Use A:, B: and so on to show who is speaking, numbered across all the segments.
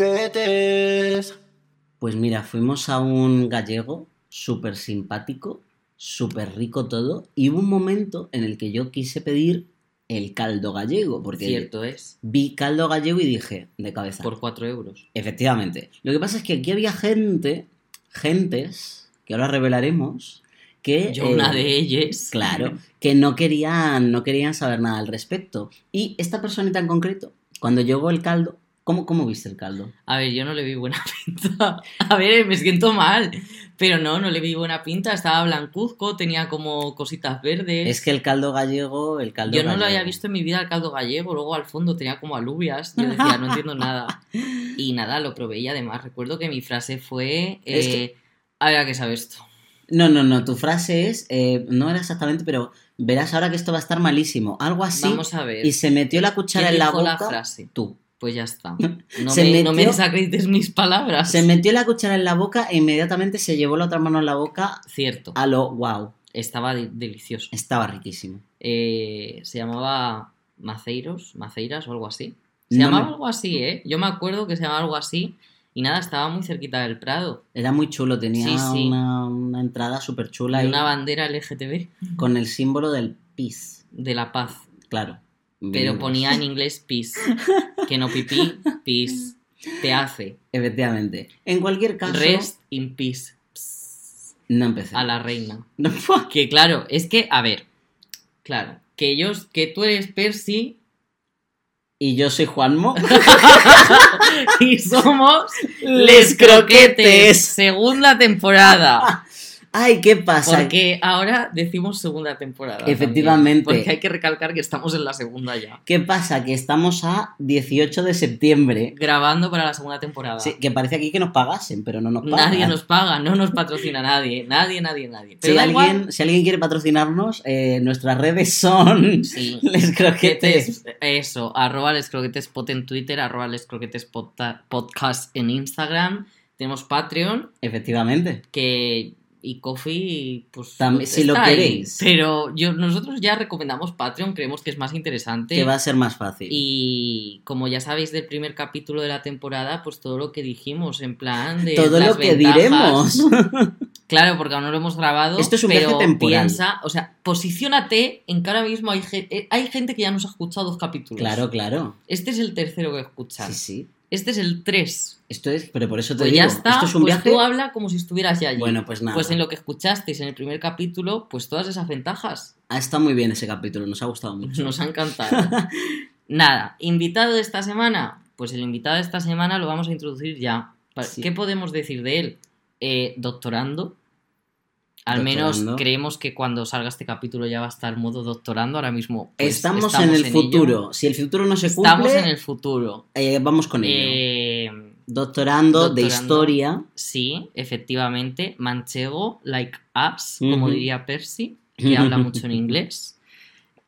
A: banquetes.
B: Pues mira, fuimos a un gallego súper simpático, súper rico todo, y hubo un momento en el que yo quise pedir el caldo gallego, porque
C: Cierto es.
B: vi caldo gallego y dije, de cabeza.
C: Por 4 euros.
B: Efectivamente. Lo que pasa es que aquí había gente, gentes, que ahora revelaremos, que...
C: Yo
B: eh,
C: una de ellas.
B: Claro, que no querían, no querían saber nada al respecto. Y esta personita en concreto, cuando llegó el caldo, ¿cómo, cómo viste el caldo?
C: A ver, yo no le vi buena pinta. A ver, me siento mal. Pero no, no le vi buena pinta. Estaba blancuzco, tenía como cositas verdes.
B: Es que el caldo gallego, el caldo
C: yo no lo
B: gallego-
C: había visto en mi vida el caldo gallego. Luego al fondo tenía como alubias. Yo decía, no entiendo nada. Y nada, lo probé. Y además recuerdo que mi frase fue...
B: Es
C: eh, Había que saber esto.
B: No, no, no, tu frase es, eh, no era exactamente, pero verás ahora que esto va a estar malísimo. Algo así.
C: Vamos a ver.
B: y se metió la cuchara
C: ¿Quién
B: en la
C: dijo
B: boca.
C: la frase?
B: Tú.
C: Pues ya está. No,
B: Se
C: me, no me
B: metió-
C: desacredites mis palabras.
B: Se metió la cuchara en la boca e inmediatamente se llevó la otra mano en la boca
C: Cierto.
B: a lo wow.
C: Estaba de- delicioso.
B: Estaba riquísimo.
C: Eh, se llamaba Maceiros, Maceiras o algo así. Se
B: No
C: llamaba
B: me-
C: algo así, ¿eh? Yo me acuerdo que se llamaba algo así y nada, estaba muy cerquita del Prado.
B: Era muy chulo, tenía
C: Sí, sí.
B: Una, una entrada súper chula
C: Y una bandera LGTB
B: con el símbolo del pis,
C: de la paz,
B: claro.
C: pero
B: Bilingüe.
C: ponía en inglés peace, que no pipí, peace, te hace,
B: Efectivamente. En cualquier caso,
C: rest in peace Psst,
B: no empecé.
C: a la reina.
B: No, fue-
C: Que claro, es que, a ver, claro, que ellos, que tú eres Percy
B: y yo soy Juanmo.
C: y somos
B: Les croquetes.
C: segunda temporada.
B: Ay, ¿qué pasa?
C: Porque ahora decimos segunda temporada.
B: Efectivamente.
C: también, porque hay que recalcar que estamos en la segunda ya.
B: ¿Qué pasa? Que estamos a 18 de septiembre.
C: Grabando para la segunda temporada.
B: Sí, que parece aquí que nos pagasen, pero no nos pagan.
C: Ah. nadie nos paga, no nos patrocina nadie. Nadie, nadie, nadie. Pero
B: si,
C: da igual.
B: alguien, si alguien quiere patrocinarnos, eh, nuestras redes son
C: Sí.
B: Les Croquetes.
C: Croquetes, Eso, arroba les croquetes pot en Twitter, arroba les croquetes podta- podcast en Instagram. Tenemos Patreon
B: Efectivamente.
C: que y Coffee, pues
B: También, si lo
C: está ahí.
B: queréis.
C: Pero yo, nosotros ya recomendamos Patreon, creemos que es más interesante.
B: Que va a ser más fácil.
C: Y como ya sabéis del primer capítulo de la temporada, pues todo lo que dijimos, en plan de.
B: Todo
C: las
B: lo que
C: ventajas.
B: diremos.
C: Claro, porque aún no lo hemos grabado.
B: Esto es un
C: pero
B: viaje temporal.
C: Piensa, o sea, posiciónate en que ahora mismo hay, ge- eh, hay gente que ya nos ha escuchado dos capítulos.
B: Claro, claro.
C: Este es el tercero que escuchas.
B: Sí, sí. Este-
C: Este es el tres.
B: Esto es, pero por eso te
C: Pues
B: digo,
C: ya está.
B: esto es un
C: pues
B: viaje.
C: tú habla como si estuvieras ya allí.
B: Bueno, pues nada.
C: Pues en lo que escuchasteis en el primer capítulo, pues todas esas ventajas.
B: Ha estado muy bien ese capítulo, nos ha gustado mucho. Pues
C: Nos ha encantado. Nada, invitado de esta semana. Pues el invitado de esta semana lo vamos a introducir ya. Pa-
B: Sí.
C: ¿Qué podemos decir de él? Eh, doctorando. Al
B: Doctorando.
C: menos creemos que cuando salga este capítulo ya va a estar modo doctorando. Ahora mismo pues,
B: estamos, en el
C: ello.
B: futuro. Si el futuro no se cumple,
C: Estamos en el futuro.
B: eh, vamos con ello.
C: Eh,
B: Doctorando, de
C: doctorando.
B: historia.
C: sí, efectivamente. Manchego, like us, como
B: Ujú.
C: diría Percy. que habla mucho en inglés.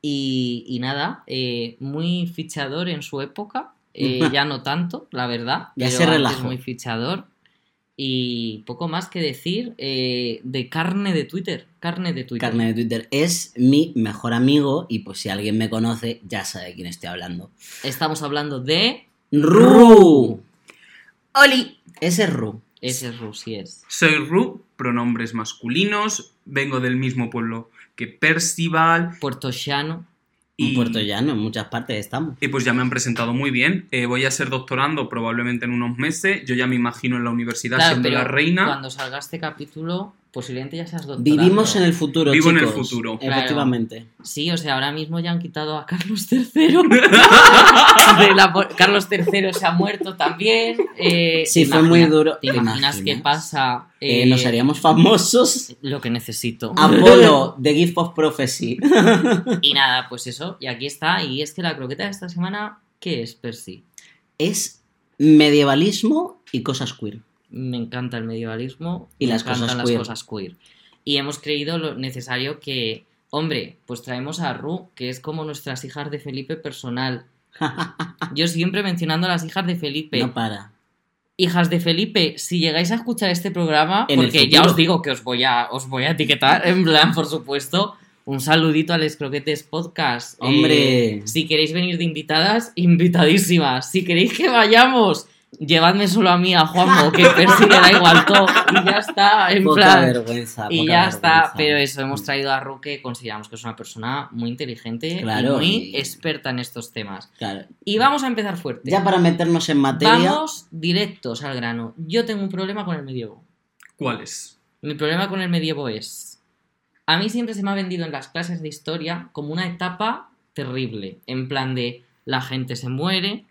C: Y, y nada, eh, muy fichador en su época, eh, ya no tanto, la verdad.
B: Ya
C: pero
B: se
C: antes
B: relajó.
C: muy fichador. Y poco más que decir eh, de carne de Twitter. Carne de Twitter.
B: Carne de Twitter es mi mejor amigo y pues si alguien me conoce ya sabe de quién estoy hablando.
C: Estamos hablando de.
B: Ru. Oli. Ese es Ru.
C: Ese es Rusi es.
D: Soy Ru, pronombres masculinos, vengo del mismo pueblo que Percival
C: Puertollano.
B: Un
D: y,
B: puerto llano, en muchas partes estamos.
D: y pues ya me han presentado muy bien. Eh, voy a ser doctorando probablemente en unos meses, yo ya me imagino en la universidad
C: Claro,
D: siendo
C: pero
D: la reina.
C: Cuando salga este capítulo, posiblemente ya seas doctorando.
B: Vivimos en el futuro,
D: Vivo en el
B: chicos.
D: futuro.
C: Claro.
B: Efectivamente.
C: Sí, o sea, ahora mismo ya han quitado a Carlos III. De la po- Carlos III se ha muerto también. Eh,
B: Sí,
C: ¿te
B: fue muy
C: imaginas-
B: duro.
C: ¿Te
B: ¿Te
C: imaginas, qué
B: imaginas?
C: pasa?
B: Eh,
C: Eh,
B: nos haríamos famosos.
C: Lo que necesito.
B: Apolo, The Gift of Prophecy.
C: Y nada, pues eso. Y aquí está. Y es que la croqueta de esta semana, ¿qué es, Percy?
B: es medievalismo y cosas queer.
C: Me encanta el medievalismo.
B: Y
C: me
B: las cosas
C: encantan
B: queer.
C: las cosas queer. Y hemos creído lo necesario que, hombre, pues traemos a Ru, que es como nuestras hijas de Felipe personal. Yo siempre mencionando a las hijas de Felipe.
B: No para.
C: Hijas de Felipe, si llegáis a escuchar este programa,
B: En el
C: porque ya
B: futuro.
C: os digo que os voy a os voy a etiquetar, en plan, por supuesto, un saludito a Les Croquetes Podcast. Eh,
B: Hombre.
C: si queréis venir de invitadas, invitadísimas. Si queréis que vayamos, Llevadme solo a mí, a Juanmo, que persigue da igual todo. Y ya está, en
B: Poca
C: plan.
B: vergüenza.
C: Y
B: poca
C: ya está,
B: vergüenza.
C: pero eso, hemos traído a Ru que consideramos que es una persona muy inteligente
B: Claro,
C: y muy
B: y-
C: experta en estos temas.
B: Claro.
C: Y vamos a empezar fuerte.
B: Ya para meternos en materia.
C: Vamos directos al grano. Yo tengo un problema con el medievo.
D: ¿Cuáles?
C: Mi problema con el medievo es. A mí siempre se me ha vendido en las clases de historia como una etapa terrible. En plan de la gente se muere,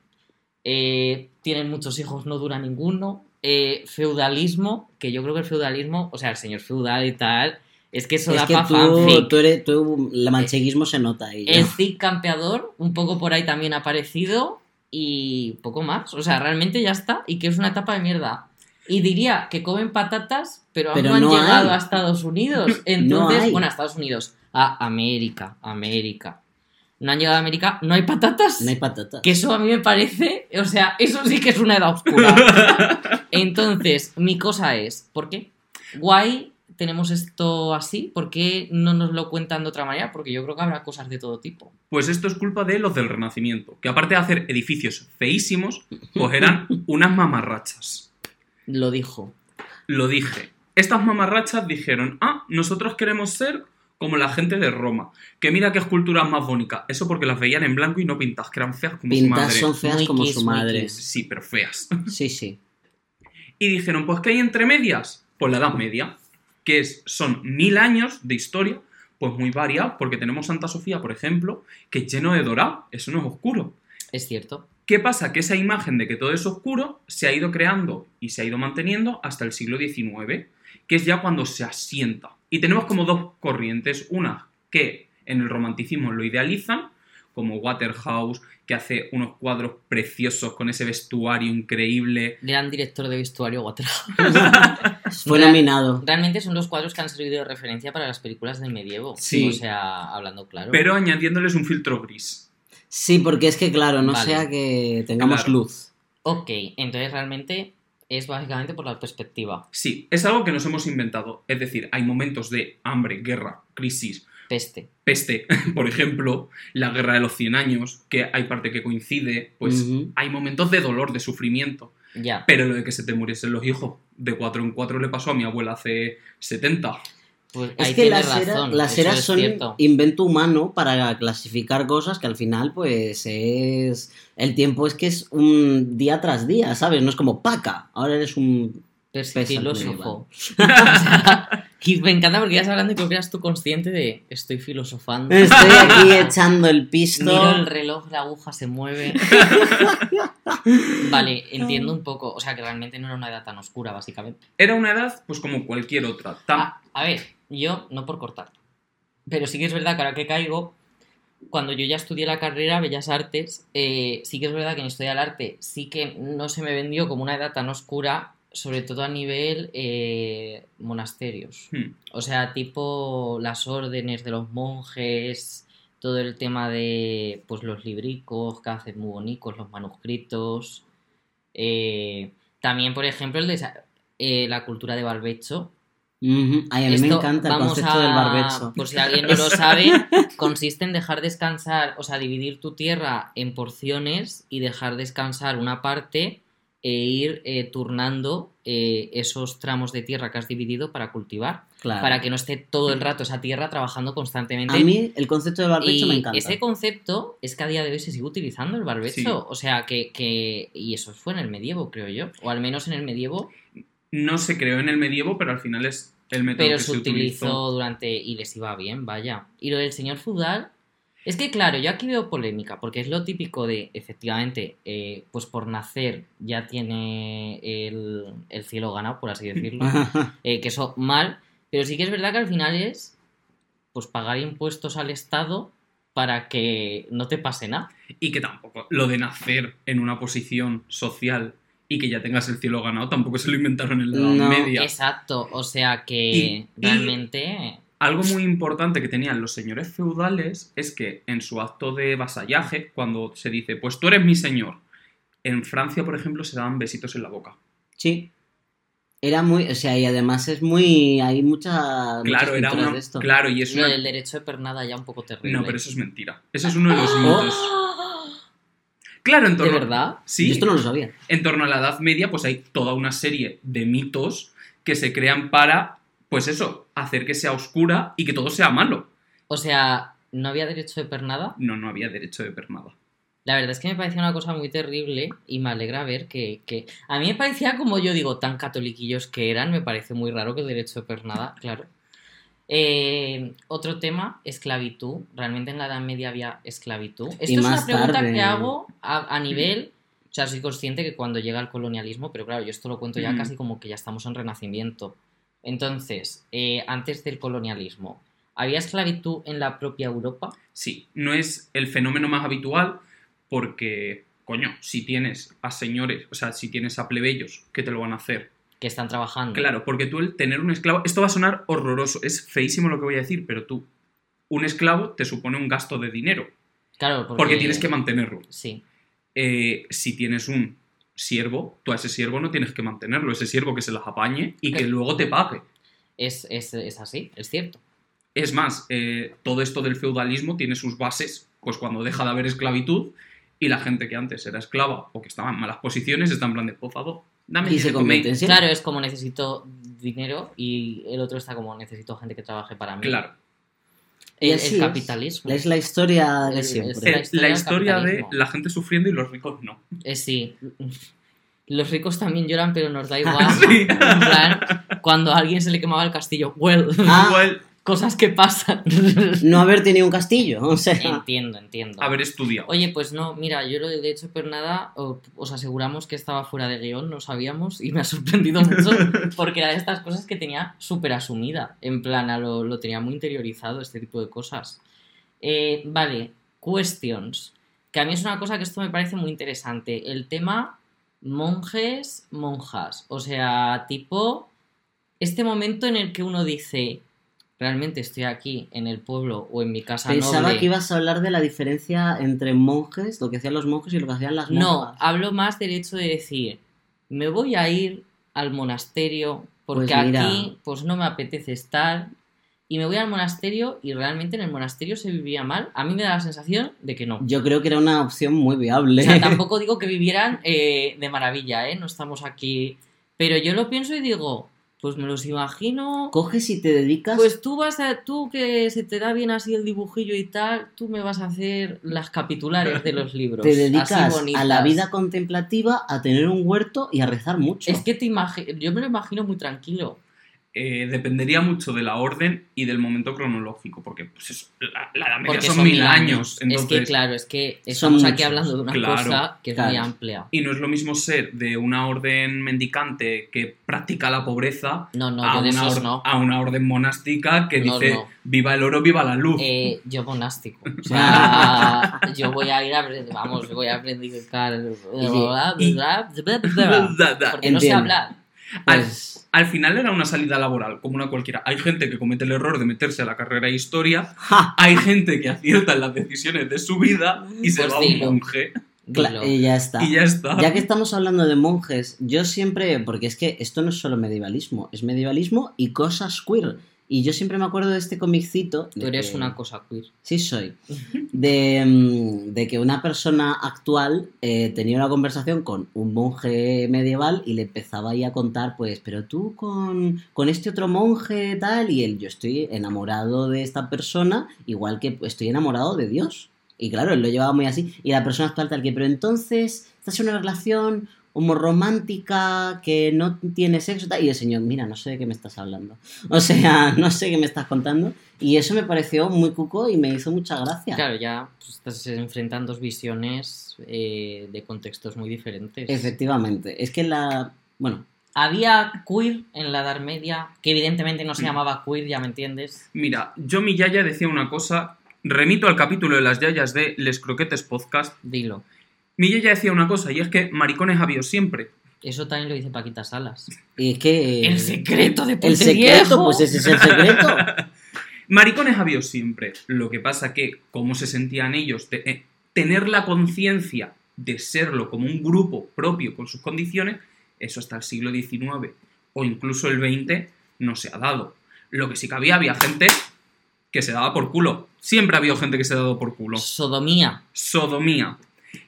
C: eh, tienen muchos hijos, no dura ninguno. eh, feudalismo, que yo creo que el feudalismo, o sea, el señor feudal y tal, es que eso
B: es
C: da
B: que
C: para
B: tú, tú eres, tú, el mancheguismo se nota ahí. ¿no?
C: El Cid campeador, un poco por ahí también ha aparecido y poco más. O sea, realmente ya está y que es una etapa de mierda. Y diría que comen patatas, pero,
B: Pero
C: aún no
B: no
C: han llegado
B: hay.
C: a Estados Unidos. Entonces,
B: hay.
C: bueno, a Estados Unidos, a América, América. No han llegado a América, no hay patatas.
B: No hay patatas.
C: Que eso a mí me parece, o sea, eso sí que es una edad oscura. Entonces, mi cosa es, ¿por qué? Guay, tenemos esto así, ¿por qué no nos lo cuentan de otra manera? Porque yo creo que habrá cosas de todo tipo.
D: Pues esto es culpa de los del Renacimiento, que aparte de hacer edificios feísimos, pues eran unas mamarrachas.
C: Lo dijo.
D: Lo dije. Estas mamarrachas dijeron, ah, nosotros queremos ser como la gente de Roma. Que mira qué esculturas más bonitas. Eso porque las veían en blanco y no pintas, que eran feas como su
B: Pintas
D: madre.
B: son feas
C: Muy
B: como
C: kiss,
B: su
C: muy
B: madre.
C: kiss.
D: Sí, pero feas.
B: Sí, sí.
D: Y dijeron, pues ¿qué hay entre medias? Pues la Edad Media, que es, son mil años de historia, pues muy variada, porque tenemos Santa Sofía, por ejemplo, que es lleno de dorado, eso no es oscuro.
C: Es cierto.
D: ¿Qué pasa? Que esa imagen de que todo es oscuro se ha ido creando y se ha ido manteniendo hasta el siglo XIX, que es ya cuando se asienta. Y tenemos como dos corrientes, una que en el romanticismo lo idealizan, como Waterhouse, que hace unos cuadros preciosos con ese vestuario increíble,
C: Gran director de vestuario Waterhouse.
B: Fue
C: Real-
B: nominado.
C: Realmente son los cuadros que han servido de referencia para las películas del medievo.
D: Sí.
C: O sea, hablando claro.
D: pero añadiéndoles un filtro gris.
B: Sí, porque es que, claro, no
C: Vale.
B: sea que tengamos
D: Claro.
B: luz.
C: Ok, entonces realmente es básicamente por la perspectiva.
D: Sí, es algo que nos hemos inventado. Es decir, hay momentos de hambre, guerra, crisis,
C: Peste.
D: peste, por ejemplo, la guerra de los 100 años, que hay parte que coincide, pues
B: Ujú.
D: hay momentos de dolor, de sufrimiento.
C: Ya.
D: Pero lo de que se te muriesen los hijos de 4 en 4 le pasó a mi abuela hace 70.
C: Pues
B: Es
C: ahí
B: que
C: tienes
B: las, eras-
C: razón.
B: las
C: eso
B: eras
C: es
B: son
C: cierto.
B: invento humano para clasificar cosas que al final, pues, es. El tiempo es que es un día tras día, ¿sabes? No es como paca. Ahora eres un.
C: Percy
B: Pesa
C: filósofo. O sea, y me encanta porque ya hablando y creo que eras tú consciente de estoy filosofando.
B: Estoy aquí echando el pisto.
C: Miro el reloj, la aguja se mueve. vale, entiendo un poco. O sea, que realmente no era una edad tan oscura, básicamente.
D: Era una edad, pues como cualquier otra. Tan-
C: A, a ver, yo no por cortar. Pero sí que es verdad que ahora que caigo, cuando yo ya estudié la carrera Bellas Artes, eh, sí que es verdad que en Historia del Arte sí que no se me vendió como una edad tan oscura, sobre todo a nivel eh, monasterios.
D: Hmm.
C: O sea, tipo las órdenes de los monjes, todo el tema de pues los libricos que hacen muy bonitos, los manuscritos. Eh, también, por ejemplo, el desa- eh, la cultura de barbecho.
B: Ujú. Ay, a mí me
C: Esto,
B: encanta el
C: vamos
B: concepto
C: a-
B: del barbecho.
C: Por si alguien no lo sabe, consiste en dejar descansar, o sea, dividir tu tierra en porciones y dejar descansar una parte e ir eh, turnando eh, esos tramos de tierra que has dividido para cultivar
B: Claro.
C: para que no esté todo el rato esa tierra trabajando constantemente.
B: A mí el concepto de barbecho
C: y
B: me encanta.
C: ese concepto es que a día de hoy se sigue utilizando el barbecho.
D: Sí.
C: O sea, que, que- Y eso fue en el medievo, creo yo. O al menos en el medievo,
D: No se creó en el medievo, pero al final es el método
C: pero
D: que
C: se
D: se,
C: utilizó
D: utilizó.
C: durante. Y les iba bien, vaya. Y lo del señor feudal. Es que, claro, yo aquí veo polémica, porque es lo típico de, efectivamente, eh, pues por nacer ya tiene el, el cielo ganado, por así decirlo. eh, que eso mal, pero sí que es verdad que al final es pues pagar impuestos al Estado para que no te pase nada.
D: Y que tampoco lo de nacer en una posición social y que ya tengas el cielo ganado, tampoco se lo inventaron en la Edad
B: No,
D: Media.
C: Exacto, o sea que
D: Y- y-
C: realmente
D: Algo muy importante que tenían los señores feudales es que en su acto de vasallaje, cuando se dice, pues tú eres mi señor, en Francia, por ejemplo, se daban besitos en la boca.
B: Sí. Era muy, o sea, y además es muy, hay mucha,
D: Claro,
B: muchas
D: era
B: pinturas
D: una...
B: de esto.
D: Claro, y es
C: lo
D: una...
C: del derecho de pernada ya un poco terrible.
D: No, pero eso es mentira. Eso es uno de los
B: ¡Ah!
D: mitos. Claro, en
C: ¿De
D: torno,
C: verdad?
D: Sí.
B: oh, Yo esto no lo sabía.
D: en torno a la Edad Media, pues hay toda una serie de mitos que se crean para, pues eso, hacer que sea oscura y que todo sea malo.
C: O sea, no había derecho de pernada.
D: No, no había derecho de pernada.
C: La verdad es que me parecía una cosa muy terrible y me alegra ver que, que- A mí me parecía, como yo digo, tan catoliquillos que eran, me parece muy raro que el derecho de pernada, claro. Eh, otro tema, esclavitud. ¿Realmente en la Edad Media había esclavitud? Esto
B: Y
C: es una
B: más
C: pregunta
B: tarde.
C: que hago a, a nivel... O sea, soy consciente que cuando llega el colonialismo, pero claro, yo esto lo cuento ya
D: Mm.
C: casi como que ya estamos en renacimiento. Entonces, eh, antes del colonialismo, ¿había esclavitud en la propia Europa?
D: Sí, no es el fenómeno más habitual porque, coño, si tienes a señores, o sea, si tienes a plebeyos que te lo van a hacer.
C: Que están trabajando.
D: Claro, porque tú el tener un esclavo, esto va a sonar horroroso, es feísimo lo que voy a decir, pero tú, un esclavo te supone un gasto de dinero
C: Claro, porque,
D: porque tienes que mantenerlo.
C: Sí,
D: eh, si tienes un siervo, tú a ese siervo no tienes que mantenerlo, ese siervo que se las apañe y que
B: Eh.
C: Claro.
D: luego te pague.
C: es, es, es así, es cierto.
D: Es más, eh, todo esto del feudalismo tiene sus bases, pues cuando deja de haber esclavitud y la gente que antes era esclava o que estaba en malas posiciones está en plan de, por favor, dame
B: Y
D: dinero,
B: se
D: me-".
B: convierte en siervo.
C: Ah, Claro, es como necesito dinero y el otro está como necesito gente que trabaje para mí.
D: Claro,
B: Y
C: El,
B: así
C: el
B: es.
C: capitalismo.
B: Es la historia de
C: Es-
B: siempre.
C: La
D: Eh,
C: historia
D: la
C: del
D: historia de
C: capitalismo.
D: la gente sufriendo y los ricos no.
C: Eh, sí. Los ricos también lloran, pero nos da igual.
D: Sí.
C: En plan, cuando a alguien se le quemaba el castillo, well,
B: Ah.
D: Igual
C: cosas que pasan.
B: No haber tenido un castillo, o sea.
C: entiendo, entiendo.
D: haber estudiado.
C: Oye, pues no, mira, yo lo de hecho pero nada, o- os aseguramos que estaba fuera de guión, no sabíamos, y me ha sorprendido mucho, porque era de estas cosas que tenía súper asumida, en plan, a lo, lo tenía muy interiorizado, este tipo de cosas. Eh, vale, questions, que a mí es una cosa que esto me parece muy interesante, el tema monjes, monjas, o sea, tipo, este momento en el que uno dice, realmente estoy aquí, en el pueblo o en mi casa
B: Pensaba
C: noble".
B: que ibas a hablar de la diferencia entre monjes, lo que hacían los monjes y lo que hacían las monjas.
C: No, hablo más del hecho de decir, me voy a ir al monasterio porque
B: Pues mira.
C: aquí pues no me apetece estar y me voy al monasterio y realmente en el monasterio se vivía mal. A mí me da la sensación de que no.
B: Yo creo que era una opción muy viable.
C: O sea, tampoco digo que vivieran eh, de maravilla, ¿eh? No estamos aquí. Pero yo lo pienso y digo, pues me los imagino.
B: Coges y te dedicas.
C: Pues tú vas a, tú que se te da bien así el dibujillo y tal, tú me vas a hacer las capitulares de los libros.
B: te
C: así
B: dedicas a la
C: bonitas.
B: vida contemplativa, a tener un huerto y a rezar mucho.
C: Es que te imagi- yo me lo imagino muy tranquilo.
D: Eh, dependería mucho de la orden y del momento cronológico, porque pues eso, la, la Edad Media
C: Porque
D: son, mil años.
C: Es
D: entonces-
C: que, claro, es que estamos aquí
B: muchos,
C: hablando de una
D: claro,
C: cosa que es muy
B: claro.
C: amplia.
D: Y no es lo mismo ser de una orden mendicante que practica la pobreza
C: No, no,
D: a,
C: yo de
D: una
C: esos
D: or-
C: no.
D: a una orden monástica que
C: No,
D: dice
C: no.
D: viva el oro, viva la luz.
C: Eh, yo monástico. O sea, yo voy a ir a aprender, vamos, yo voy a predicar. bla, bla, bla, bla, bla,
D: Da, da.
C: Porque no sé
B: Entiendo.
C: hablar.
B: Pues,
D: Al final era una salida laboral, como una cualquiera. Hay gente que comete el error de meterse a la carrera de historia,
B: ja,
D: hay gente que acierta en las decisiones de su vida y se
C: Pues
D: va a un
C: dilo.
D: monje
B: cla- eh,
C: Dilo.
B: y ya está.
D: y ya está.
B: Ya que estamos hablando de monjes, yo siempre, porque es que esto no es solo medievalismo, es medievalismo y cosas queer. Y yo siempre me acuerdo de este comicito. de
C: Tú eres
B: que-
C: una cosa queer.
B: Sí, soy. De, mm, de que una persona actual eh, tenía una conversación con un monje medieval y le empezaba ahí a contar, pues, pero tú con, con este otro monje tal, y él, yo estoy enamorado de esta persona, igual que pues, estoy enamorado de Dios. Y claro, él lo llevaba muy así. Y la persona actual tal que, pero entonces, estás en una relación como romántica que no tiene sexo tal", y el señor, mira, no sé de qué me estás hablando. O sea, no sé qué me estás contando. Y eso me pareció muy cuco y me hizo mucha gracia.
C: Claro, ya pues, estás enfrentando dos visiones eh, de contextos muy diferentes.
B: Efectivamente. Es que la. Bueno,
C: Había queer en la Edad Media, que evidentemente
B: Mm.
C: no se llamaba queer, ya me entiendes.
D: Mira, yo mi yaya decía una cosa, remito al capítulo de las yayas de Les Croquetes Podcast.
C: Dilo.
D: Mi yaya decía una cosa y es que maricones ha habido siempre.
C: Eso también lo dice Paquita Salas.
B: y es que. eh,
C: El secreto de
B: El secreto, pues ese es el secreto.
D: Maricones ha habido siempre. Lo que pasa que, como se sentían ellos, te- eh, tener la conciencia de serlo como un grupo propio con sus condiciones, eso hasta el siglo XIX o incluso el XX no se ha dado. Lo que sí que había, había gente que se daba por culo. Siempre ha habido gente que se ha dado por culo.
C: Sodomía.
D: Sodomía.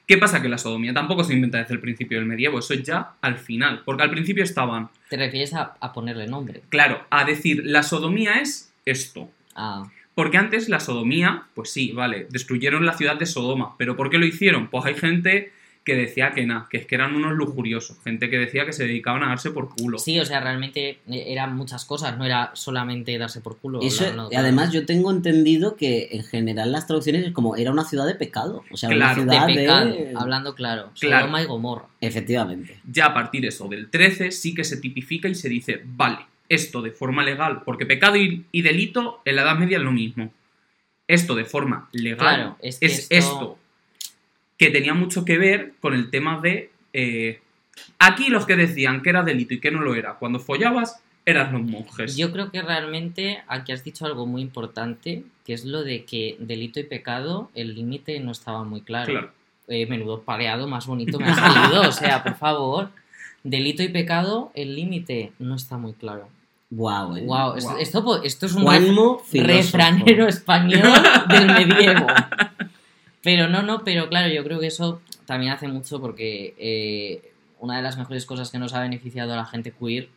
D: ¿Qué pasa? Que la sodomía tampoco se inventa desde el principio del medievo, eso es ya al final, porque al principio estaban,
C: Te refieres a, a ponerle nombre.
D: claro, a decir, la sodomía es esto.
C: Ah,
D: Porque antes la sodomía, pues sí, vale, destruyeron la ciudad de Sodoma, pero ¿por qué lo hicieron? Pues hay gente que decía que nada, que es que eran unos lujuriosos, gente que decía que se dedicaban a darse por culo.
C: sí, o sea, realmente eh, eran muchas cosas, no era solamente darse por culo.
B: Eso,
C: no, no,
B: y además, yo tengo entendido que en general las traducciones es como era una ciudad de pecado. O sea,
D: Claro,
B: una
C: de
B: ciudad de.
C: pecado, hablando claro,
D: Claro.
C: Sodoma y Gomorra.
B: Efectivamente.
D: Ya a partir eso del 13 sí que se tipifica y se dice, vale, esto de forma legal, porque pecado y, y delito en la Edad Media es lo mismo. Esto de forma legal
C: Claro, es
D: es,
C: que
D: esto...
C: esto-
D: que tenía mucho que ver con el tema de... eh, aquí los que decían que era delito y que no lo era, cuando follabas, eran los
B: Pues
D: monjes.
C: Yo creo que realmente aquí has dicho algo muy importante, que es lo de que delito y pecado, el límite no estaba muy claro.
D: Claro.
C: Eh, menudo pareado más bonito me has salido, o sea, por favor. Delito y pecado, el límite no está muy claro.
B: Guau, eh.
C: Wow, esto,
D: Guau.
C: esto po- esto es un
B: Juanmo,
C: ref-
B: filósofo.
C: refranero español del medievo. Pero no, no, pero claro, yo creo que eso también hace mucho porque eh, una de las mejores cosas que nos ha beneficiado a la gente queer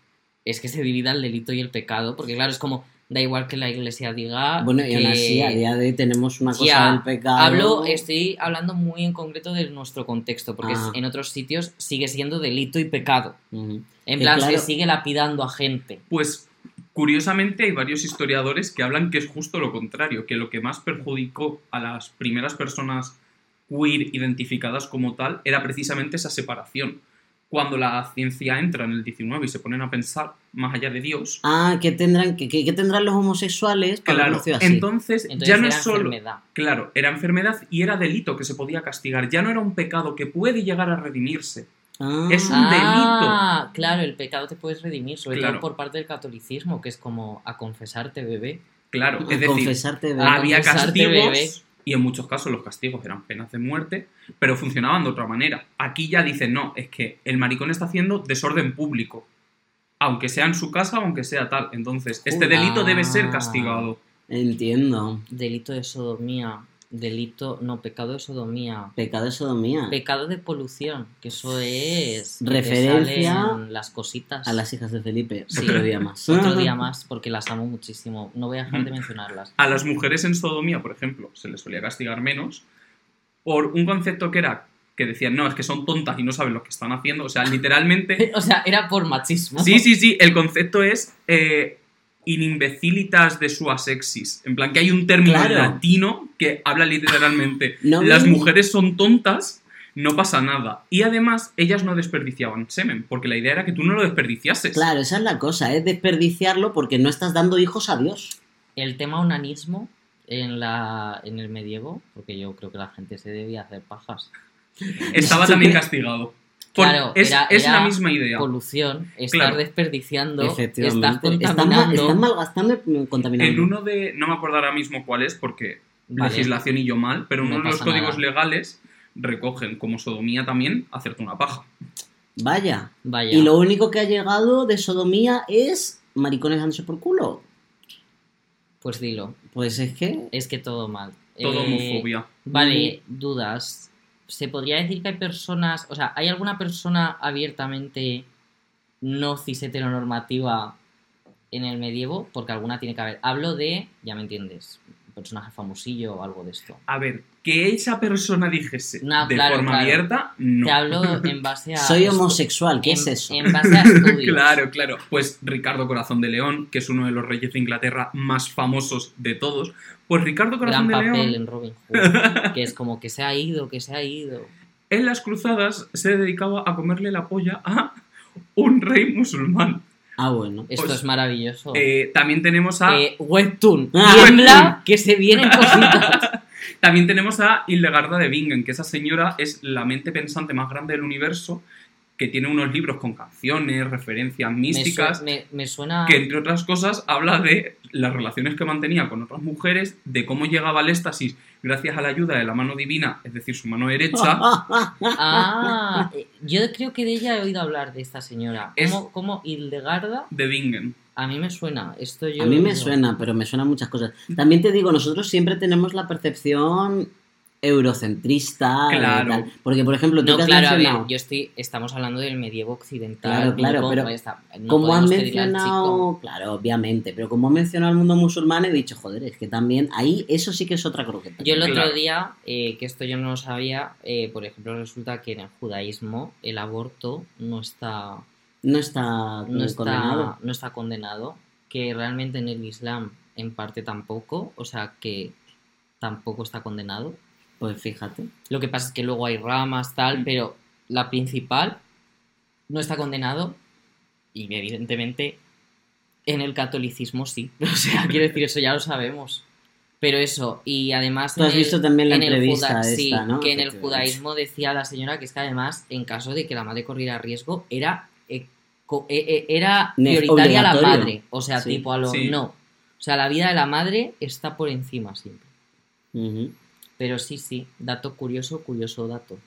C: es que se divida el delito y el pecado, porque claro, es como, da igual que la iglesia diga...
B: Bueno, y aún
C: que-
B: así, a día de hoy tenemos una cosa
C: Ya,
B: del pecado.
C: Hablo, este- estoy hablando muy en concreto de nuestro contexto, porque es-
B: Ah.
C: en otros sitios sigue siendo delito y pecado.
B: Ujú.
C: En
B: Que
C: plan,
B: claro-
C: se sigue lapidando a gente.
D: Pues curiosamente hay varios historiadores que hablan que es justo lo contrario, que lo que más perjudicó a las primeras personas queer identificadas como tal era precisamente esa separación. Cuando la ciencia entra en el 19 y se ponen a pensar más allá de Dios,
B: Ah, ¿qué tendrán, qué, qué- qué tendrán los homosexuales para
D: claro,
B: una ciudad así?
D: entonces,
C: Entonces
D: ya no
C: era
D: es solo...
C: enfermedad.
D: Claro, era enfermedad y era delito que se podía castigar, ya no era un pecado que puede llegar a redimirse.
B: Ah,
D: es un-
C: ah, claro, el pecado te puedes redimir, sobre
D: Claro.
C: todo por parte del catolicismo, que es como a confesarte, bebé.
D: Claro,
B: a
D: es decir,
B: confesarte de
C: Ah,
D: había
C: confesarte,
D: castigos
C: bebé.
D: y en muchos casos los castigos eran penas de muerte, pero funcionaban de otra manera. Aquí ya dicen, no, es que el maricón está haciendo desorden público, aunque sea en su casa o aunque sea tal. Entonces, este
C: Joder.
D: delito debe ser castigado.
B: Entiendo.
C: Delito de sodomía, delito, no, pecado de sodomía,
B: Pecado de sodomía.
C: pecado de polución, que eso es... te
B: Referencia
C: salen las cositas.
B: a las hijas de Felipe.
C: Sí.
B: Otro día más.
C: Otro
D: Ah.
C: día más, porque las amo muchísimo. No voy a dejar de mencionarlas.
D: A las mujeres en sodomía, por ejemplo, se les solía castigar menos por un concepto que era que decían, no, es que son tontas y no saben lo que están haciendo. O sea, literalmente...
C: O sea, era por machismo.
D: Sí, sí, sí, el concepto es... eh, in imbecilitas de su asexis. En plan, que hay un término
B: Claro.
D: latino que habla literalmente
B: No
D: Las
B: me-
D: mujeres son tontas, no pasa nada. Y además, ellas no desperdiciaban semen, porque la idea era que tú no lo desperdiciases.
B: Claro, esa es la cosa, es desperdiciarlo porque no estás dando hijos a Dios.
C: El tema onanismo en, la, en el medievo, porque yo creo que la gente se debía hacer pajas.
D: Estaba también castigado. Por-
C: Claro,
D: es,
C: era-
D: es
C: era
D: la misma idea.
C: Polución, estar
D: Claro.
C: desperdiciando, estar
B: Efectivamente. Están, ma-
C: contaminando.
B: están malgastando y contaminando.
D: En uno de. No me acuerdo ahora mismo cuál es, porque
C: Vale.
D: legislación y yo mal, pero uno
C: No
D: de los
C: pasa
D: códigos
C: nada.
D: legales recogen como sodomía también hacerte una paja.
B: Vaya.
C: Vaya.
B: Y lo único que ha llegado de sodomía es maricones dándose por culo.
C: Pues dilo,
B: Pues es que.
C: es que todo mal.
D: Todo
C: Eh,
D: homofobia.
C: Vale, dudas. ¿Se podría decir que hay personas, o sea, ¿hay alguna persona abiertamente no cis heteronormativa en el medievo? Porque alguna tiene que haber. Hablo de, ya me entiendes, un personaje famosillo o algo de esto.
D: A ver, que esa persona dijese
C: No,
D: de
C: claro,
D: forma
C: claro.
D: abierta, no.
C: Te hablo en base a.
B: Soy
C: estu-
B: homosexual, ¿qué
C: en-
B: es eso?
C: En base a estudios.
D: Claro, claro. Pues Ricardo Corazón de León, que es uno de los reyes de Inglaterra más famosos de todos, pues Ricardo
C: Gran
D: Corazón de
C: papel
D: León
C: en Robin Hood. Que es como que se ha ido, que se ha ido.
D: en las cruzadas se dedicaba a comerle la polla a un rey musulmán.
B: Ah, bueno.
C: Esto
D: Pues,
C: es maravilloso.
D: Eh, también tenemos a
C: Oh. Eh, Webtoon,
B: Ah,
C: tiembla que se vienen cositas.
D: también tenemos a Hildegarda de Bingen, que esa señora es la mente pensante más grande del universo, que tiene unos libros con canciones, referencias
C: Me, su-
D: místicas.
C: me- me suena.
D: que entre otras cosas habla de las relaciones que mantenía con otras mujeres, de cómo llegaba al éxtasis gracias a la ayuda de la mano divina, es decir, su mano derecha.
C: Ah, eh, yo creo que de ella he oído hablar de esta señora.
D: Es-
C: ¿Cómo, cómo Hildegarda?
D: de Bingen.
C: A mí me suena. Esto yo
B: A mí me
C: digo,
B: suena, pero me suenan muchas cosas. También te digo, nosotros siempre tenemos la percepción eurocentrista. y
D: Claro.
B: tal. Porque, por ejemplo, tú
C: No,
B: que has
C: claro, a ver,
B: mencionado,
C: yo estoy, estamos hablando del medievo occidental.
B: Claro, claro,
C: único,
B: pero
C: vaya, está- no
B: como han
C: podemos pedirle al chico-
B: mencionado, claro, obviamente, pero como han mencionado al mundo musulmán, he dicho, joder, es que también ahí eso sí que es otra croqueta.
C: Yo el otro
D: Claro.
C: día, eh, que esto yo no lo sabía, eh, por ejemplo, resulta que en el judaísmo el aborto no está,
B: No está
C: no
B: condenado.
C: está, no está condenado, que realmente en el Islam en parte tampoco, o sea que tampoco está condenado.
B: Pues fíjate.
C: Lo que pasa es que luego hay ramas, tal,
D: Mm.
C: pero la principal no está condenado y evidentemente en el catolicismo sí. O sea, quiero decir, eso ya lo sabemos. Pero eso, y además...
B: Tú has
C: en el-
B: visto también la
C: en el
B: entrevista
C: juda-
B: esta,
C: sí,
B: ¿no?
C: que en el
B: te-
C: judaísmo decía la señora que es que además, en caso de que la madre corriera riesgo, era, eh, co- eh, eh, era
B: Ne-
C: prioritaria la
B: obligatorio.
C: madre. O sea,
B: Sí.
C: tipo a lo...
D: Sí.
C: No. O sea, la vida de la madre está por encima siempre.
B: Ujú.
C: Pero sí, sí, dato curioso, curioso dato.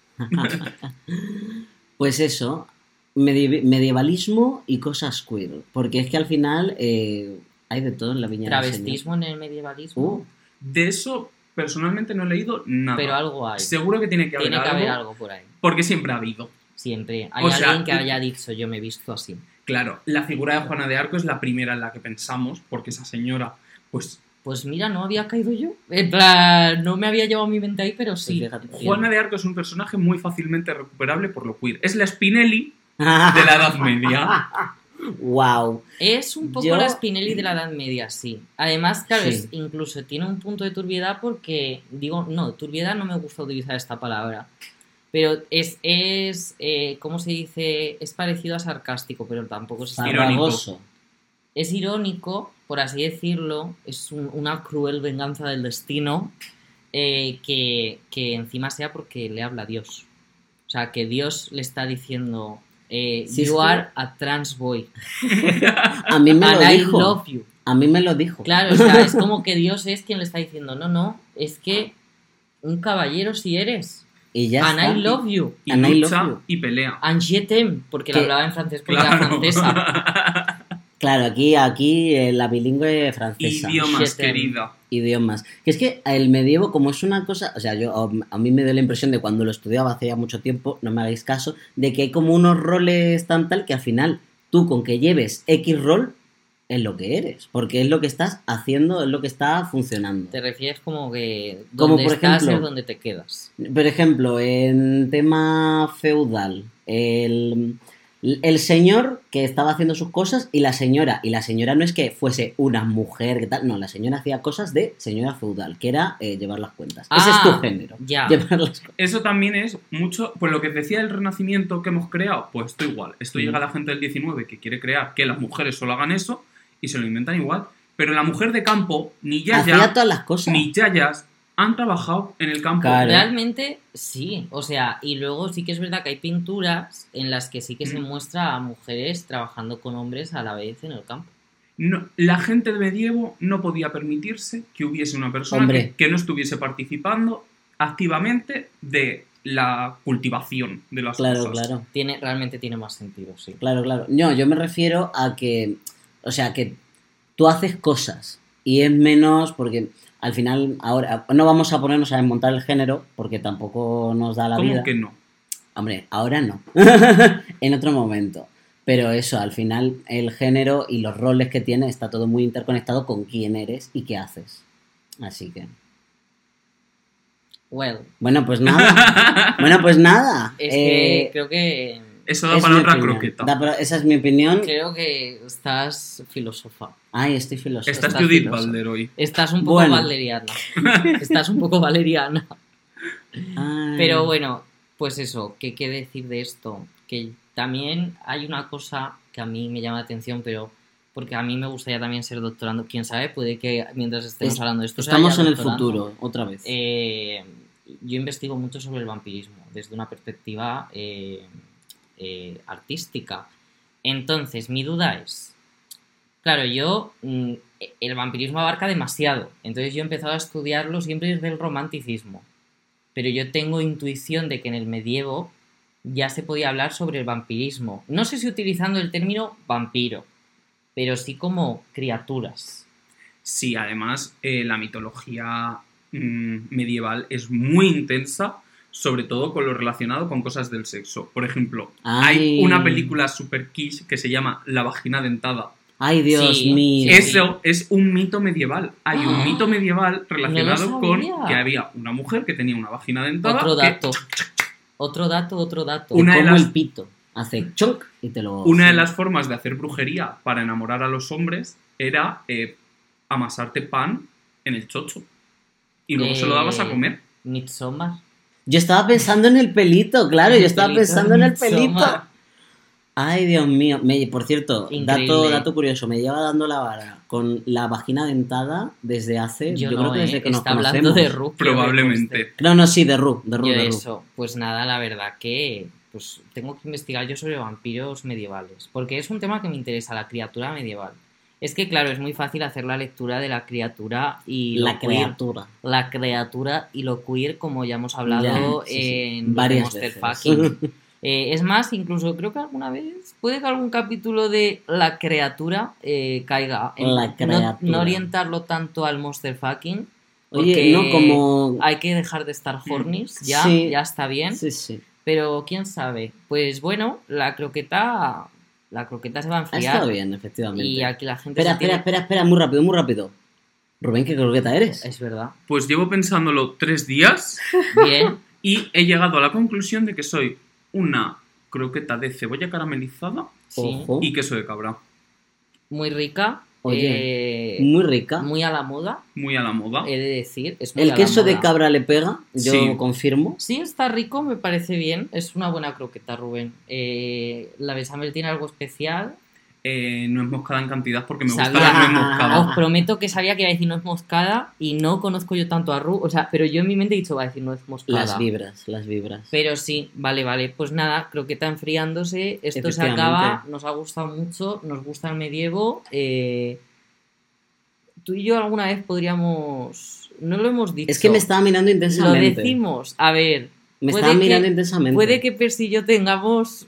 B: Pues eso, mediev- medievalismo y cosas queer. Porque es que al final eh, hay de todo en la viña del Señor.
C: Travestismo en el medievalismo,
B: Uh,
D: De eso personalmente no he leído nada.
C: pero algo hay.
D: Seguro que tiene que haber,
C: Tiene que
D: algo,
C: haber algo por ahí.
D: Porque siempre ha habido.
C: Siempre. Hay
D: O sea,
C: alguien que
D: y-
C: haya dicho yo me he visto así.
D: Claro, la figura de Juana de Arco es la primera en la que pensamos, porque esa señora, pues
C: Pues mira, no había caído yo. En plan, no me había llevado mi mente ahí, pero sí.
B: Pues fíjate.
D: Juana de Arco es un personaje muy fácilmente recuperable por lo queer. Es la Spinelli de la Edad Media.
B: wow.
C: Es un poco
B: Yo-
C: la Spinelli de la Edad Media, sí. Además, claro,
B: Sí.
C: es- incluso tiene un punto de turbiedad porque, digo, no, turbiedad no me gusta utilizar esta palabra. Pero es, es eh, ¿cómo se dice? Es parecido a sarcástico, pero tampoco es
D: Irónico.
B: Farragoso.
C: es irónico, por así decirlo, es un- una cruel venganza del destino eh, que, que encima sea porque le habla Dios. O sea, que Dios le está diciendo, eh,
B: Sí,
C: you
B: es que-
C: are a trans boy,
B: A mí me
C: and
B: lo
C: I
B: dijo.
C: love you.
B: A mí me lo dijo.
C: Claro, o sea, es como que Dios es quien le está diciendo, no, no, es que un caballero si eres,
B: Y ya
C: and
B: está.
C: I love you,
D: Y
B: And I love
D: lucha
B: you.
D: y pelea.
C: and je t'aime, porque le
B: Que-
C: hablaba en francés porque era
D: Claro.
C: Ah, francesa.
B: Claro, aquí, aquí eh, la bilingüe francesa.
D: Idiomas,
C: Siete.
D: querida.
B: idiomas. Que es que el medievo, como es una cosa, o sea, yo a, a mí me dio la impresión de cuando lo estudiaba hace ya mucho tiempo, no me hagáis caso, de que hay como unos roles tan tal que al final tú con que lleves X rol es lo que eres, porque es lo que estás haciendo, es lo que está funcionando.
C: Te refieres como que donde
B: Como por
C: estás
B: ejemplo-
C: es donde te quedas.
B: Por ejemplo, en tema feudal, el, el señor que estaba haciendo sus cosas y la señora, y la señora no es que fuese una mujer, que tal, no, la señora hacía cosas de señora feudal, que era eh, llevar las cuentas. Ese es
C: Ah,
B: tu género.
C: Ya.
B: Llevar las cu-
D: Eso también es mucho, pues lo que decía el renacimiento que hemos creado, pues esto igual. Esto
B: Mm.
D: llega a la gente del 19 que quiere crear que las mujeres solo hagan eso y se lo inventan igual. Pero la mujer de campo, ni
B: Hacía
D: Yaya,
B: todas las cosas.
D: ni Yayas, han trabajado en el campo.
B: Claro.
C: Realmente sí, o sea, y luego sí que es verdad que hay pinturas en las que sí que se
D: Mm.
C: muestra a mujeres trabajando con hombres a la vez en el campo.
D: No, la gente de medievo no podía permitirse que hubiese una persona
B: Hombre.
D: que, que no estuviese participando activamente de la cultivación de las
B: Claro,
D: cosas.
B: claro.
C: Tiene, realmente tiene más sentido, sí.
B: Claro, claro. No, yo me refiero a que, o sea, que tú haces cosas y es menos porque al final ahora no vamos a ponernos a desmontar el género porque tampoco nos da la
D: ¿Cómo
B: vida.
D: que no?
B: Hombre, ahora no. en otro momento. Pero eso, al final, el género y los roles que tiene está todo muy interconectado con quién eres y qué haces. Así que.
C: Well,
B: Bueno, pues nada. bueno, pues nada.
C: es
B: Eh,
C: que creo que
D: Eso da
B: es
D: para
B: mi
D: otra
B: opinión.
D: croqueta.
B: Da para- esa es mi opinión.
C: creo que estás filósofa.
B: Ay, estoy filósofo.
D: Estás
C: está
D: Judith
C: filoso.
D: Balder hoy.
C: Estás un poco
B: Bueno.
C: valeriana. Estás un poco valeriana.
B: Ay.
C: Pero bueno, pues eso, ¿qué, qué decir de esto? Que también hay una cosa que a mí me llama la atención, pero porque a mí me gustaría también ser doctorando, quién sabe, puede que mientras estemos
B: Es-
C: hablando de esto... sea
B: Pues Estamos
C: ya
B: en el
C: doctorando.
B: futuro, otra vez.
C: Eh, yo investigo mucho sobre el vampirismo desde una perspectiva eh, eh, artística. Entonces, mi duda es, claro, yo, mm, el vampirismo abarca demasiado, entonces yo he empezado a estudiarlo siempre desde el romanticismo, pero yo tengo intuición de que en el medievo ya se podía hablar sobre el vampirismo, no sé si utilizando el término vampiro, pero sí como criaturas.
D: Sí, además, eh, la mitología mm, medieval es muy intensa, sobre todo con lo relacionado con cosas del sexo. Por ejemplo,
B: Ay.
D: hay una película super quiche que se llama La vagina dentada.
B: Ay, Dios
C: Sí,
B: mío.
C: sí.
D: Eso es un mito medieval. Hay
C: Ah.
D: un mito medieval relacionado
C: No lo
D: con
C: sabía.
D: que había una mujer que tenía una vagina dentada.
C: Otro
D: que-
C: dato. Otro dato, otro dato.
D: Una de
B: Como
D: las-
B: el pito. Hace chonk y te lo.
D: Una de las formas de hacer brujería para enamorar a los hombres era eh, amasarte pan en el chocho. Y luego se lo dabas a
C: Eh,
D: comer.
C: Midsommar.
B: Yo estaba pensando en el pelito, claro, yo estaba
C: Pelito,
B: pensando en el pelito.
C: Midsommar.
B: Ay, Dios mío. Me- por cierto, dato,
C: Increíble.
B: dato curioso, me lleva dando la vara con la vagina dentada desde hace. Yo,
C: Yo,
B: creo
C: no,
B: que
C: eh,
B: desde que nos
C: está hablando
B: conocemos.
C: de Ru. este.
D: Probablemente.
B: No, no, sí, de Ru, de Ru,
C: Yo
B: de Ru.
C: eso, pues nada, la verdad que pues tengo que investigar yo sobre vampiros medievales, porque es un tema que me interesa, la criatura medieval. Es que claro, es muy fácil hacer la lectura de la criatura y lo
B: La
C: queer,
B: criatura.
C: la criatura y lo queer, como ya hemos hablado
B: Ya, sí, sí,
C: en
B: varias
C: Monster
B: veces.
C: Fucking. Eh, es más, incluso creo que alguna vez puede que algún capítulo de la criatura eh, caiga en
B: La
C: no-
B: criatura.
C: No, orientarlo tanto al monster fucking.
B: Oye, no,
C: porque-
B: como.
C: hay que dejar de estar hornies, ya,
B: Mm, Sí.
C: ya está bien.
B: Sí, sí.
C: Pero quién sabe. Pues bueno, la croqueta, la croqueta se va a
B: Ha
C: enfriar
B: estado bien, efectivamente.
C: y aquí la gente
B: Espera,
C: se tiene-
B: espera, espera, espera, muy rápido, muy rápido. Rubén, ¿qué croqueta eres?
C: Es verdad.
D: Pues llevo pensándolo tres días
C: Bien,
D: y he llegado a la conclusión de que soy una croqueta de cebolla caramelizada
C: sí.
B: Ojo.
D: y queso de cabra.
C: Muy rica. eh,
B: Muy rica.
C: muy a la moda,
D: Muy a la moda.
C: he de decir. es muy
B: El
C: a la
B: queso de
C: moda.
B: cabra le pega, yo
D: Sí.
B: confirmo.
C: Sí, está rico, me parece bien. Es una buena croqueta, Rubén. Eh, la bechamel tiene algo especial.
D: Eh, nuez moscada en cantidad porque me gusta
C: Sabía.
D: la nuez
B: Ah.
D: moscada.
C: Os prometo que sabía que iba a decir no es moscada y no conozco yo tanto a Ru. O sea, pero yo en mi mente he dicho va a decir no es moscada.
B: Las vibras, las vibras.
C: Pero sí, vale, vale. Pues nada, croqueta enfriándose. Esto se
B: Efectivamente.
C: acaba. Nos ha gustado mucho. Nos gusta el medievo. eh, tú y yo alguna vez podríamos. No lo hemos dicho.
B: Es que me estaba mirando
C: Lo
B: intensamente.
C: decimos. A ver,
B: me
C: puede
B: estaba mirando
C: que-
B: intensamente.
C: puede que Percy y yo tengamos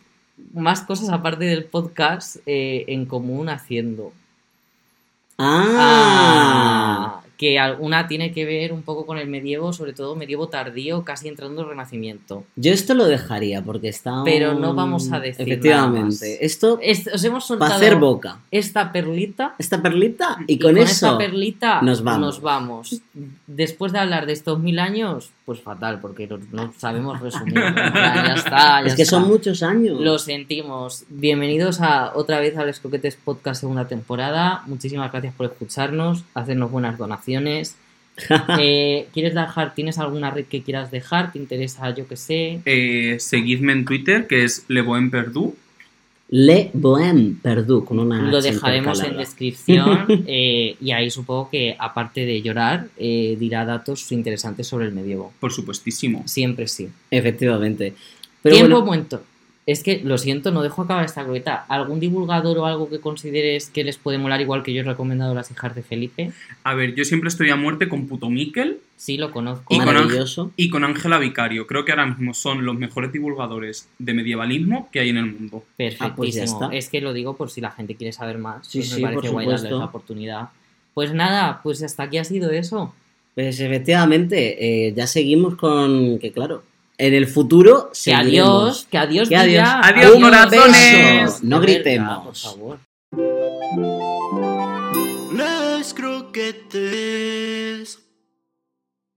C: más cosas aparte del podcast eh, en común haciendo.
B: Ah,
C: Ah, que alguna tiene que ver un poco con el medievo, sobre todo medievo tardío, casi entrando en renacimiento.
B: Yo esto lo dejaría porque está.
C: Pero
B: un-
C: no vamos a decir
B: Efectivamente.
C: nada más.
B: Esto
C: Es- os hemos soltado
B: para hacer boca.
C: esta perlita
B: Esta perlita y,
C: y
B: con,
C: con,
B: eso.
C: esta perlita
B: nos vamos.
C: vamos. Después de hablar de estos mil años, pues fatal, porque no, no sabemos resumir. Ya, ya está, ya
B: es que
C: está.
B: son muchos años.
C: Lo sentimos. Bienvenidos a otra vez a Les Coquetes Podcast segunda temporada. Muchísimas gracias por escucharnos, hacernos buenas donaciones. Eh, ¿Quieres dejar? ¿Tienes alguna red que quieras dejar? ¿Te interesa? Yo que sé.
D: Eh, seguidme en Twitter que es Leboen Perdú.
B: Le Bohème Perdú con una.
C: Lo
B: H
C: dejaremos en
B: Ah, intercalada.
C: descripción eh, y ahí supongo que, aparte de llorar, eh, dirá datos interesantes sobre el medievo.
D: Por supuestísimo.
C: Siempre sí.
B: Efectivamente. Pero
C: Tiempo
B: bueno,
C: momento. Es que, lo siento, no dejo acabar esta croqueta. ¿Algún divulgador o algo que consideres que les puede molar igual que yo he recomendado las hijas de Felipe?
D: A ver, yo siempre estoy a muerte con puto Miquel
C: Sí, lo conozco.
D: Y con
B: maravilloso.
D: y con Ángela Vicario. Creo que ahora mismo son los mejores divulgadores de medievalismo que hay en el mundo.
C: Perfectísimo.
B: Ah, pues ya está.
C: Es que lo digo por si la gente quiere saber más.
B: Sí,
C: pues me
B: sí,
C: parece
B: por
C: guay darles
B: supuesto.
C: la oportunidad. Pues nada, pues hasta aquí ha sido eso.
B: Pues efectivamente, eh, ya seguimos con que claro, en el futuro
C: Que
B: seguiremos.
C: adiós, que adiós,
B: Que adiós.
C: Villa.
D: Adiós,
B: Un
D: corazones.
B: beso, No
C: De verdad, por
B: gritemos.
C: favor.